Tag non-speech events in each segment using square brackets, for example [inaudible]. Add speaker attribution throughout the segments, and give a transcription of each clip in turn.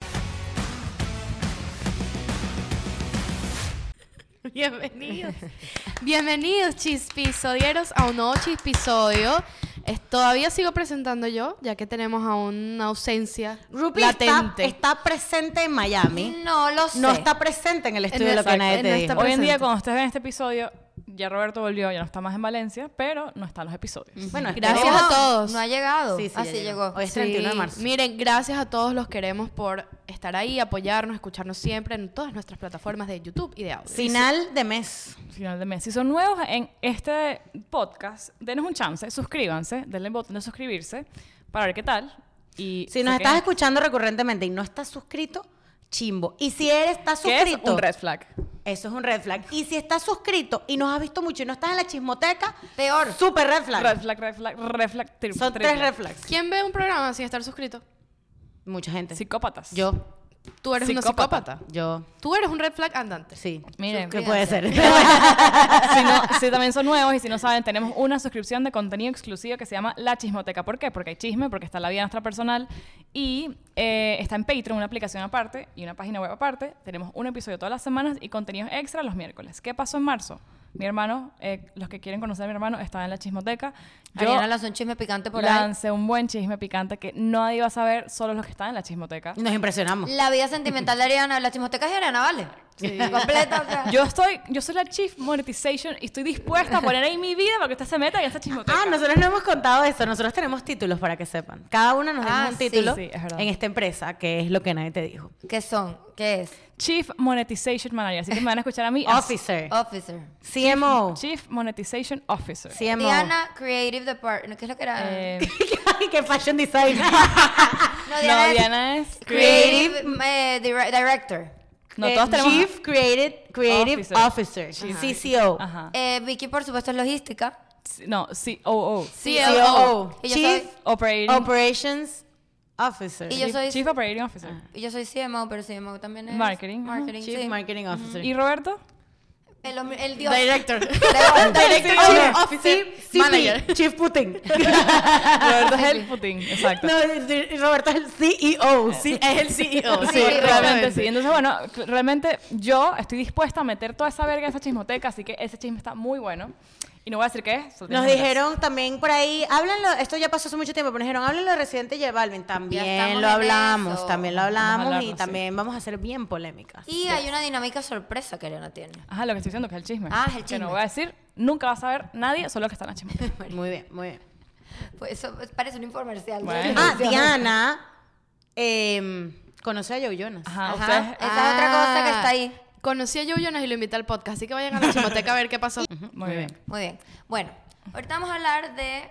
Speaker 1: [laughs] Bienvenidos. Bienvenidos, chispisodieros, a un nuevo chispisodio. Es- todavía sigo presentando yo, ya que tenemos a una ausencia
Speaker 2: Rupi está,
Speaker 1: latente.
Speaker 2: está presente en Miami.
Speaker 3: No lo sé.
Speaker 2: No está presente en el estudio
Speaker 1: En
Speaker 2: de lo que
Speaker 1: efecto,
Speaker 2: nadie
Speaker 1: no
Speaker 2: te dijo.
Speaker 1: está
Speaker 4: Hoy en día,
Speaker 1: presente.
Speaker 4: cuando ustedes ven este episodio, ya Roberto volvió, ya no está más en Valencia, pero no están los episodios.
Speaker 2: Bueno,
Speaker 1: Gracias
Speaker 2: esperemos-
Speaker 1: a todos. Pues,
Speaker 3: No ha llegado.
Speaker 2: Sí, sí, ya
Speaker 3: Así llegó.
Speaker 2: Hoy es
Speaker 1: Sí.
Speaker 2: 31 de marzo.
Speaker 1: Miren, gracias a todos los queremos por estar ahí, apoyarnos, escucharnos siempre en todas nuestras plataformas de YouTube y de audio.
Speaker 2: Final de mes.
Speaker 4: Final de mes. Si son nuevos en este podcast, denos un chance, suscríbanse, denle el botón de suscribirse para ver qué tal. Y
Speaker 2: Si nos
Speaker 4: saquen-
Speaker 2: estás escuchando recurrentemente y no estás suscrito, chimbo. Y si eres, estás
Speaker 4: ¿Qué es
Speaker 2: suscrito.
Speaker 4: un red flag?
Speaker 2: Eso es un red flag. Y si estás suscrito y nos has visto mucho y no estás en la chismoteca,
Speaker 3: Peor.
Speaker 2: super red flag.
Speaker 4: Red flag, red flag, red flag, tri-
Speaker 2: Son
Speaker 4: triple.
Speaker 2: tres red flags.
Speaker 1: ¿Quién ve un programa sin estar suscrito?
Speaker 2: Mucha gente.
Speaker 4: Psicópatas.
Speaker 2: Yo,
Speaker 1: Tú eres
Speaker 4: Psicópata.
Speaker 1: una psicópata.
Speaker 2: yo,
Speaker 1: Tú eres un red flag andante.
Speaker 2: sí.
Speaker 4: Miren,
Speaker 2: ¿Qué puede ser?
Speaker 4: [laughs] si, no-
Speaker 3: [laughs]
Speaker 4: si también son nuevos y si no saben, tenemos una suscripción de contenido exclusivo que se llama La Chismoteca. ¿Por qué? Porque hay chisme, porque está la vida nuestra personal y eh, está en Patreon, una aplicación aparte y una página web aparte. Tenemos un episodio todas las semanas y contenidos extra los miércoles. ¿Qué pasó en marzo? Mi hermano, eh, los que quieren conocer a mi hermano, está en La Chismoteca. Yo
Speaker 3: Ariana lanzó un chisme picante por ahí.
Speaker 4: lancé un buen chisme picante que nadie va a saber, solo los que están en La Chismoteca.
Speaker 2: Nos impresionamos.
Speaker 3: La vida sentimental de Ariana, la chismoteca es de Ariana, ¿vale? [laughs] Completa, o sea.
Speaker 4: Yo estoy, yo soy la Chief Monetization y estoy dispuesta a poner ahí mi vida para que usted se meta en esta chismoteca.
Speaker 2: Ah, nosotros no hemos contado eso. Nosotros tenemos títulos para que sepan. Cada una nos
Speaker 3: Ah,
Speaker 2: dimos un
Speaker 3: sí.
Speaker 2: título
Speaker 4: Sí, es verdad.
Speaker 2: en esta empresa, que es lo que nadie te dijo.
Speaker 3: ¿Qué son? ¿Qué es?
Speaker 4: Chief Monetization Manager. Así que me van a escuchar a mí.
Speaker 2: Officer.
Speaker 3: Officer.
Speaker 2: CMO.
Speaker 4: Chief Monetization Officer.
Speaker 2: CMO.
Speaker 3: Diana Creative Department. ¿Qué es lo que era?
Speaker 4: Eh,
Speaker 2: [laughs] Ay, qué fashion design.
Speaker 3: no, Diana
Speaker 4: no,
Speaker 3: es
Speaker 4: Diana es.
Speaker 3: Creative eh, dire- Director.
Speaker 4: No,
Speaker 2: Eh,
Speaker 4: todos tenemos.
Speaker 2: Chief Creative, Creative Officer.
Speaker 4: Officer.
Speaker 2: CCO.
Speaker 4: Ajá.
Speaker 3: Eh, Vicky, por supuesto, es logística. E
Speaker 4: C- No, COO.
Speaker 2: COO.
Speaker 3: Y yo
Speaker 2: Chief
Speaker 3: soy-
Speaker 4: Operating.
Speaker 2: Operations Officer.
Speaker 3: Y yo soy, Ah,
Speaker 4: Chief Operating Officer.
Speaker 3: y yo soy CMO, pero CMO también es...
Speaker 4: Marketing, ajá.
Speaker 3: Marketing,
Speaker 2: Chief
Speaker 3: sí.
Speaker 2: Marketing Officer. [laughs]
Speaker 4: ¿Y Roberto?
Speaker 3: el, hombre- el dios. [laughs]
Speaker 1: Director.
Speaker 2: [laughs] Director
Speaker 1: Sí.
Speaker 2: Chief
Speaker 1: Sí.
Speaker 2: Officer.
Speaker 1: Sí.
Speaker 2: CP,
Speaker 1: Manager.
Speaker 2: Chief Putin.
Speaker 4: Roberto es el Putin. Exacto.
Speaker 2: No, Roberto es el E CEO.
Speaker 1: Sí, es el CEO.
Speaker 4: Sí, realmente
Speaker 1: exactamente.
Speaker 4: sí. Entonces, bueno, cl- realmente yo estoy dispuesta a meter toda esa verga en esa chismoteca, así que ese chisme está muy bueno. Y no voy a decir qué es. solo
Speaker 2: Nos
Speaker 4: tienes que
Speaker 2: dijeron también por ahí, háblenlo, esto ya pasó hace mucho tiempo, pero nos dijeron, háblenlo de Residente y Balvin.
Speaker 3: estamos
Speaker 2: También
Speaker 3: en
Speaker 2: lo hablamos,
Speaker 3: eso.
Speaker 2: también lo
Speaker 4: a
Speaker 2: hablamos
Speaker 4: hablarlo,
Speaker 2: y
Speaker 4: sí.
Speaker 2: también vamos a ser bien polémicas.
Speaker 3: Y hay una dinámica sorpresa que Ariana tiene.
Speaker 4: Ajá, lo que estoy diciendo que es el chisme.
Speaker 3: Ah, es el
Speaker 4: Que
Speaker 3: chisme.
Speaker 4: no voy a decir, nunca va a saber nadie, solo los que están en la chismoteca.
Speaker 2: Muy bien, muy
Speaker 4: [laughs]
Speaker 2: bien.
Speaker 3: Pues eso parece un infomercial.
Speaker 4: Bueno.
Speaker 2: Ah, Diana eh, conoció a Joe Jonas.
Speaker 4: Ajá,
Speaker 3: Ajá,
Speaker 4: ustedes. ah,
Speaker 3: Esa es otra
Speaker 2: Ah.
Speaker 3: cosa que está ahí.
Speaker 1: Conocí a Joe Jonas y lo invité al podcast, así que vayan a la chimoteca a ver qué pasó.
Speaker 4: Muy bien.
Speaker 3: Muy bien. Bueno, ahorita vamos a hablar de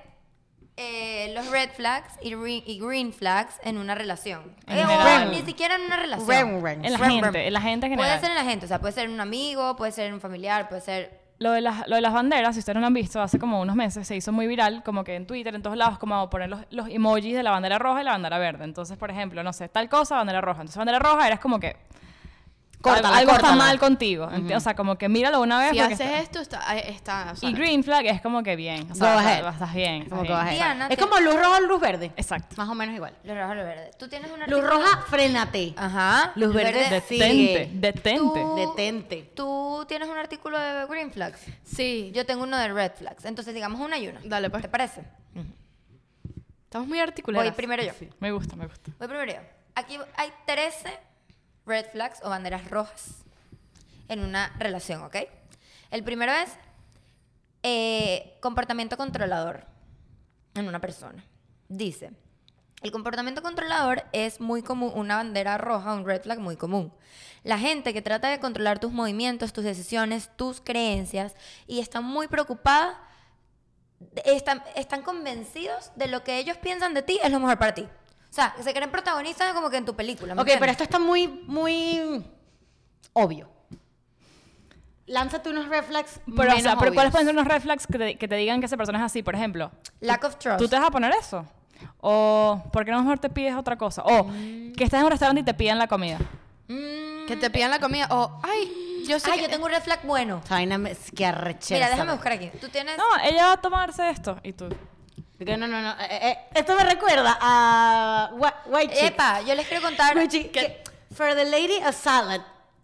Speaker 3: eh, los red flags y, re- y green flags en una relación.
Speaker 4: En
Speaker 3: Eh, o
Speaker 4: general.
Speaker 3: ni siquiera en una relación.
Speaker 2: Ren, ren.
Speaker 4: En la
Speaker 3: Rem,
Speaker 4: gente,
Speaker 3: rem.
Speaker 4: en la gente en
Speaker 3: Puede
Speaker 4: general.
Speaker 3: ser en la gente, o sea, puede ser un amigo, puede ser un familiar, puede ser...
Speaker 4: Lo de, las, lo de las banderas, si ustedes no lo han visto, hace como unos meses se hizo muy viral, como que en Twitter, en todos lados, como poner los, los emojis de la bandera roja y la bandera verde. Entonces, por ejemplo, no sé, tal cosa, bandera roja. Entonces, bandera roja eras como que.
Speaker 2: Córtala,
Speaker 4: algo está
Speaker 2: córtala.
Speaker 4: mal contigo. enti- O sea, como que míralo una vez.
Speaker 1: Si
Speaker 4: porque
Speaker 1: haces
Speaker 4: está-
Speaker 1: esto, está. eh, está o sea,
Speaker 4: Y green flag es como que bien. O sea,
Speaker 2: Go
Speaker 4: está-
Speaker 2: ahead.
Speaker 4: estás bien. estás
Speaker 2: Como que
Speaker 4: bien.
Speaker 2: baja.
Speaker 3: Diana
Speaker 2: es
Speaker 3: te-
Speaker 2: como luz roja, luz verde.
Speaker 4: Exacto.
Speaker 2: Más o menos igual.
Speaker 3: Luz roja, luz verde. Tú tienes una...
Speaker 2: Luz roja, frénate.
Speaker 4: Ah.
Speaker 3: Ajá.
Speaker 2: Luz verde,
Speaker 4: Detente,
Speaker 2: sigue.
Speaker 4: detente.
Speaker 3: Tú-
Speaker 2: Detente.
Speaker 3: Tú tienes un artículo de green flags.
Speaker 1: Sí.
Speaker 3: Yo tengo uno de red flags. Entonces, digamos una y una.
Speaker 1: Dale, pues.
Speaker 3: ¿Te parece?
Speaker 1: Estamos muy articulados.
Speaker 3: Voy primero yo.
Speaker 4: Me gusta, me gusta.
Speaker 3: Voy primero yo. Aquí hay 13 red flags o banderas rojas en una relación, ¿ok? El primero es eh, comportamiento controlador en una persona. Dice, el comportamiento controlador es muy común, una bandera roja, un red flag muy común. La gente que trata de controlar tus movimientos, tus decisiones, tus creencias y está muy preocupada, están, están convencidos de lo que ellos piensan de ti es lo mejor para ti. O sea, se creen protagonistas como que en tu película. ¿me
Speaker 2: Ok, pero
Speaker 3: entiendes?
Speaker 2: esto está muy, muy obvio. Lánzate unos red flags
Speaker 4: Pero, o
Speaker 2: menos
Speaker 4: sea, pero ¿cuáles
Speaker 2: obvios.
Speaker 4: pueden ser unos red flags que te, que te digan que esa persona es así? Por ejemplo,
Speaker 3: Lack of trust.
Speaker 4: ¿tú te vas a poner eso? ¿O por qué no mejor te pides otra cosa? O que estás en un restaurante y te piden la comida.
Speaker 1: Que te pidan la comida o, ay, yo sé
Speaker 3: Ah,
Speaker 1: que-
Speaker 3: Mm, yo tengo un red flag bueno.
Speaker 2: Esa vaina me- es que arrechera.
Speaker 3: Mira, déjame
Speaker 2: ¿sabes?
Speaker 3: buscar aquí. Tú tienes...
Speaker 4: No, ella va a tomarse esto. Y tú.
Speaker 2: Que No, no, no. eh, eh, esto me recuerda a Wh- White Chick.
Speaker 3: Epa, yo les quiero contar...
Speaker 2: White Chick, que- For the lady, a salad.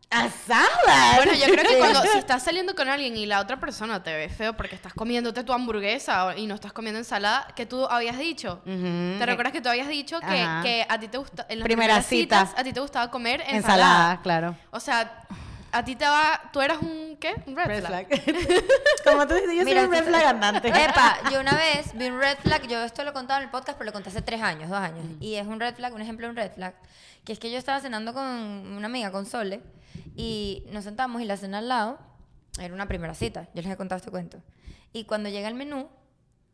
Speaker 2: Asadas.
Speaker 1: Bueno, yo creo que
Speaker 2: [laughs]
Speaker 1: cuando si estás saliendo con alguien y la otra persona te ve feo porque estás comiéndote tu hamburguesa o- y no estás comiendo ensalada, que tú habías dicho.
Speaker 2: Ujú.
Speaker 1: ¿Te recuerdas que tú habías dicho que,
Speaker 2: Ajá.
Speaker 1: que a ti te gusta en las
Speaker 2: Primera
Speaker 1: primeras
Speaker 2: cita.
Speaker 1: citas a ti te gustaba comer ensalada?
Speaker 2: Ensalada, claro.
Speaker 1: O sea, a ti te va, tú eras un ¿qué? Un red, flag. Ah,
Speaker 2: [laughs] Como tú dices, yo soy un
Speaker 3: esto
Speaker 2: red
Speaker 3: es-
Speaker 2: flag andante. [laughs]
Speaker 3: Epa, yo una vez vi un red flag, yo esto lo he contado en el podcast, pero lo conté hace tres años, dos años. Y es un red flag, un ejemplo de un red flag, que es que yo estaba cenando con una amiga, con Sole, y nos sentamos y la cena al lado, era una primera cita, yo les he contado este cuento. Y cuando llega el menú,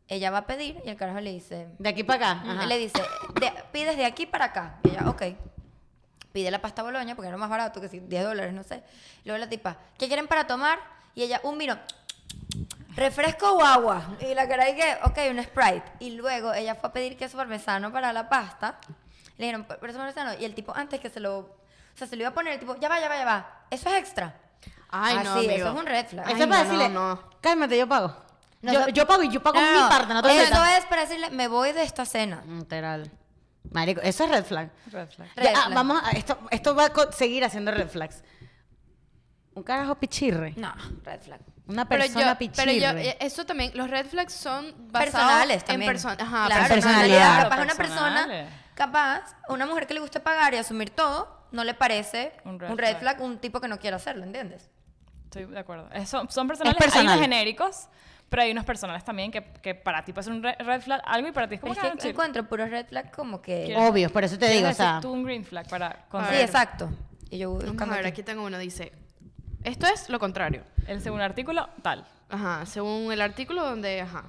Speaker 3: ella va a pedir y el carajo le dice,
Speaker 2: De aquí para acá.
Speaker 3: Mm,
Speaker 2: ajá.
Speaker 3: Le dice, "De- pides de aquí para acá. Y ella, ok. Pide la pasta boloña porque era más barato que si 10 dólares, no sé. Luego la tipa, ¿qué quieren para tomar? Y ella, un vino. Refresco o agua. Y la cara de que, ok, un Sprite. Y luego ella fue a pedir queso parmesano para la pasta. Le dijeron, "Pe- queso parmesano. Y el tipo, antes que se lo. O sea, se lo iba a poner, el tipo, ya va, ya va, ya va. Eso es extra.
Speaker 1: Ay,
Speaker 3: Ah,
Speaker 1: no,
Speaker 3: sí,
Speaker 1: amigo.
Speaker 3: eso es un red flag.
Speaker 2: Eso
Speaker 1: Ay,
Speaker 2: es
Speaker 1: no,
Speaker 2: para decirle,
Speaker 1: no, no.
Speaker 2: cálmate, yo pago.
Speaker 3: No,
Speaker 2: yo,
Speaker 3: no.
Speaker 2: yo pago y yo pago
Speaker 3: No, no,
Speaker 2: mi parte, no te
Speaker 3: Eso
Speaker 2: metas.
Speaker 3: es para decirle, me voy de esta cena.
Speaker 2: Literal. Marico, eso es red flag.
Speaker 4: Red flag.
Speaker 3: Red
Speaker 2: Ya, ah,
Speaker 3: flag.
Speaker 2: vamos a, esto, esto va a co- seguir haciendo red flags. Un carajo pichirre.
Speaker 3: No, red flag.
Speaker 2: Una
Speaker 1: Pero
Speaker 2: persona
Speaker 1: yo, pero
Speaker 2: pichirre.
Speaker 1: yo, eh, eso también, los red flags son basados
Speaker 3: personales también.
Speaker 1: en personas. Ajá,
Speaker 3: claro,
Speaker 2: personalidad.
Speaker 3: personalidad. Capaz una
Speaker 4: Personales.
Speaker 3: persona, capaz, una mujer que le gusta pagar y asumir todo, no le parece un red, flag. un tipo que no quiere hacerlo, ¿entiendes?
Speaker 4: Estoy de acuerdo. Es- son, son personales.
Speaker 2: Es personal.
Speaker 4: Hay unos genéricos, pero hay unos personales también que, que para ti puede ser un re- red flag algo y para ti es como
Speaker 3: Pero es
Speaker 4: ah,
Speaker 3: que
Speaker 4: chill.
Speaker 3: encuentro puros red flag como que...
Speaker 4: Quiero-
Speaker 2: Obvio, por eso te
Speaker 4: Tienes
Speaker 2: digo,
Speaker 4: que
Speaker 2: o sea.
Speaker 4: decir tú un green flag para
Speaker 3: sí,
Speaker 4: considerar.
Speaker 3: exacto. Y yo
Speaker 1: Vamos
Speaker 3: buscando
Speaker 1: a ver, aquí
Speaker 3: aquí.
Speaker 1: tengo uno, dice, esto es lo contrario.
Speaker 4: El segundo artículo, tal.
Speaker 1: Ajá, según el artículo donde, ajá.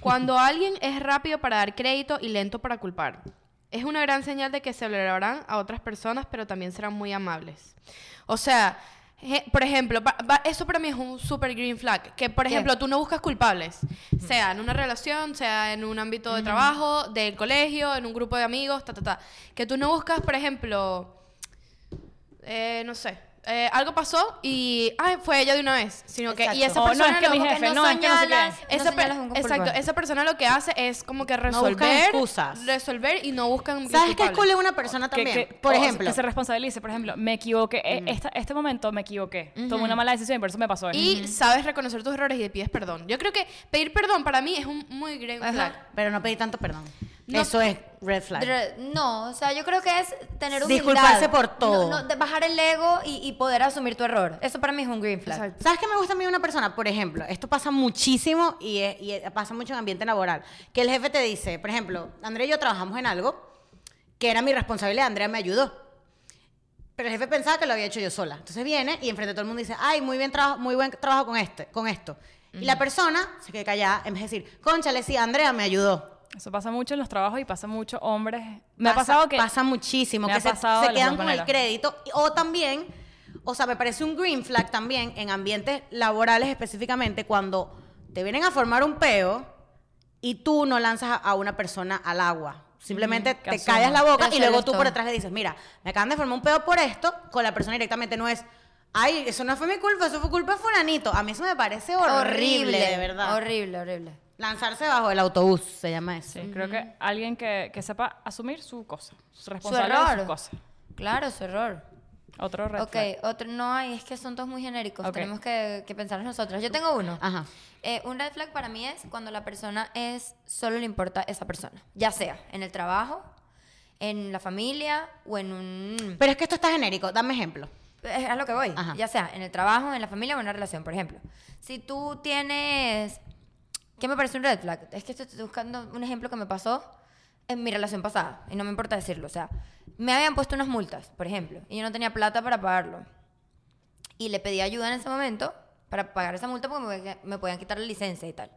Speaker 1: Cuando alguien es rápido para dar crédito y lento para culpar. Es una gran señal de que se valorarán a otras personas, pero también serán muy amables. O sea, je- por ejemplo, pa- pa- eso para mí es un super green flag. Que, por
Speaker 3: ¿Qué?
Speaker 1: ejemplo, tú no buscas culpables. Sea en una relación, sea en un ámbito de trabajo, del colegio, en un grupo de amigos, ta, ta, ta. Que tú no buscas, por ejemplo, eh, no sé. eh, algo pasó y ay, fue ella de una vez, sino que y
Speaker 3: Exacto.
Speaker 1: esa
Speaker 4: O, no,
Speaker 1: persona
Speaker 4: es que
Speaker 1: lo-
Speaker 4: mi
Speaker 1: como
Speaker 4: jefe,
Speaker 1: que
Speaker 4: no, es que no sé qué.
Speaker 3: señalas- no
Speaker 1: esa, per-
Speaker 3: señalas un culpable.
Speaker 1: exacto, esa persona lo que hace es como que
Speaker 2: buscan
Speaker 1: resolver
Speaker 2: excusas.
Speaker 1: resolver y no buscan
Speaker 2: ¿Sabes qué es
Speaker 1: culpables.
Speaker 2: cool en una persona
Speaker 4: Que-
Speaker 2: también?
Speaker 4: que-
Speaker 2: por
Speaker 4: o
Speaker 2: ejemplo.
Speaker 4: Que se responsabilice, por ejemplo, me equivoqué. eh, esta- este momento me equivoqué. Tomé una mala decisión y por eso me pasó esto.
Speaker 1: Y sabes reconocer tus errores y pides perdón. Yo creo que pedir perdón para mí es un muy gran
Speaker 3: Ajá.
Speaker 1: flag.
Speaker 2: Pero no pedí tanto perdón.
Speaker 1: No.
Speaker 2: Eso es red flag.
Speaker 3: Re- No, o sea, yo creo que es tener humildad.
Speaker 2: Disculparse por
Speaker 3: No,
Speaker 2: todo.
Speaker 3: No, de bajar el ego y, y poder asumir tu error. Eso para mí es un green flag.
Speaker 1: Exacto.
Speaker 2: ¿Sabes qué me gusta a mí de una persona? Por ejemplo, esto pasa muchísimo y, eh, y, eh, pasa mucho en ambiente laboral. Que el jefe te dice, por ejemplo, Andrea y yo trabajamos en algo que era mi responsabilidad, Andrea me ayudó. Pero el jefe pensaba que lo había hecho yo sola. Entonces viene y enfrente de todo el mundo dice, ay, muy, bien trabajo, muy buen trabajo con, este, con esto. Y la persona se queda callada en vez de decir, conchale, sí, Andrea me ayudó.
Speaker 4: Eso pasa mucho en los trabajos y pasa mucho hombres. Me ha
Speaker 2: Pasa-
Speaker 4: pasado que.
Speaker 2: Pasa muchísimo,
Speaker 4: me
Speaker 2: que
Speaker 4: ha
Speaker 2: se,
Speaker 4: pasado
Speaker 2: se
Speaker 4: de la
Speaker 2: quedan
Speaker 4: misma
Speaker 2: con el
Speaker 4: manera.
Speaker 2: crédito. y- O también, o sea, me parece un green flag también en ambientes laborales específicamente cuando te vienen a formar un peo y tú no lanzas a- a una persona al agua. Simplemente
Speaker 4: que
Speaker 2: te
Speaker 4: asoma.
Speaker 2: callas la boca y
Speaker 3: Resuelves
Speaker 2: luego tú por
Speaker 3: todo.
Speaker 2: atrás le dices, mira, me acaban de formar un peo por esto, con la persona directamente no es, ay, eso no fue mi culpa, eso fue culpa de fulanito. A mí eso me parece horrible, de verdad.
Speaker 3: Horrible, horrible.
Speaker 2: Lanzarse bajo el autobús, se llama eso.
Speaker 4: Sí, creo que alguien que, que sepa asumir su cosa. Su
Speaker 3: Su
Speaker 4: responsabilidad de
Speaker 3: error.
Speaker 4: su cosa.
Speaker 3: Claro, su error.
Speaker 4: Otro reto.
Speaker 3: Ok, otro, no hay, es que son todos muy genéricos,
Speaker 4: Ok.
Speaker 3: tenemos que, que pensarlos nosotros. Yo tengo uno.
Speaker 2: Ajá.
Speaker 3: Eh, un red flag para mí es cuando la persona es, solo le importa esa persona, ya sea en el trabajo, en la familia o en un...
Speaker 2: Pero es que esto está genérico, dame ejemplo.
Speaker 3: Es a lo que voy,
Speaker 2: Ajá.
Speaker 3: ya sea en el trabajo, en la familia o en una relación, por ejemplo. Si tú tienes... ¿Qué me parece un red flag? Es que estoy buscando un ejemplo que me pasó en mi relación pasada y no me importa decirlo. O sea, me habían puesto unas multas, por ejemplo, y yo no tenía plata para pagarlo y le pedí ayuda en ese momento para pagar esa multa porque me, podía- me podían quitar la licencia y tal.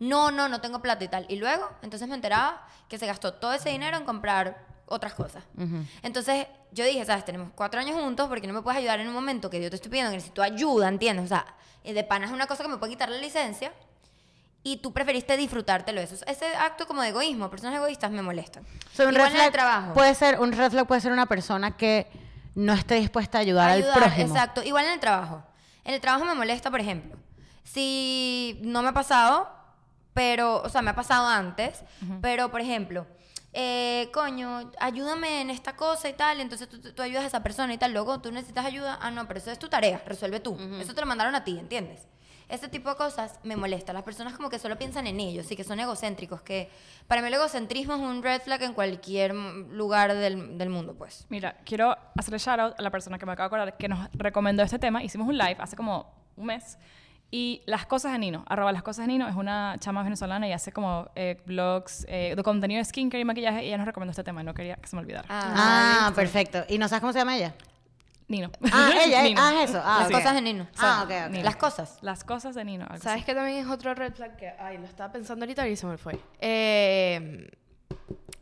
Speaker 3: No, no, no tengo plata y tal. Y luego, entonces me enteraba que se gastó todo ese dinero en comprar otras cosas. Entonces yo dije, sabes, tenemos cuatro años juntos porque no me puedes ayudar en un momento que yo te estoy pidiendo, que necesito ayuda, ¿entiendes? O sea, eh, de panas es una cosa que me puede quitar la licencia y tú preferiste disfrutártelo eso. Ese acto como de egoísmo, personas egoístas me molestan.
Speaker 2: O sea, un
Speaker 3: Igual
Speaker 2: red
Speaker 3: en el
Speaker 2: flag
Speaker 3: trabajo.
Speaker 2: Puede ser, un red flag puede ser una persona que no esté dispuesta a ayudar, al prójimo.
Speaker 3: Exacto, igual en el trabajo. En el trabajo me molesta, por ejemplo. Si no me ha pasado, pero, o sea, me ha pasado antes, pero por ejemplo, eh, coño, ayúdame en esta cosa y tal, entonces tú, tú- tú ayudas a esa persona y tal, luego tú necesitas ayuda, ah, no, pero eso es tu tarea, resuelve tú, eso te lo mandaron a ti, ¿entiendes? Ese tipo de cosas me molesta, las personas como que solo piensan en ellos y que son egocéntricos, que para mí el egocentrismo es un red flag en cualquier lugar del, del mundo, pues.
Speaker 4: Mira, quiero hacerle shout out a la persona que me acabo de acordar que nos recomendó este tema. Hicimos un live hace como un mes. Y Las Cosas de Nino, arroba Las Cosas de Nino, es una chama venezolana y hace como eh, blogs, eh, de contenido de skincare y maquillaje. Y ella nos recomendó este tema y no quería que se me olvidara.
Speaker 2: Ah, perfecto. ¿Y no sabes cómo se llama
Speaker 4: [laughs]
Speaker 2: ella?
Speaker 4: Nino.
Speaker 2: Ah, ella,
Speaker 4: [laughs] Nino.
Speaker 2: ah, es eso. Ah,
Speaker 3: las
Speaker 2: ok.
Speaker 3: cosas de Nino.
Speaker 2: Ah, ok, ok.
Speaker 4: Nino.
Speaker 3: Las cosas.
Speaker 4: Las Cosas de Nino. algo
Speaker 1: ¿Sabes que también es otro red flag que... Ay, lo estaba pensando ahorita y se me fue. Eh,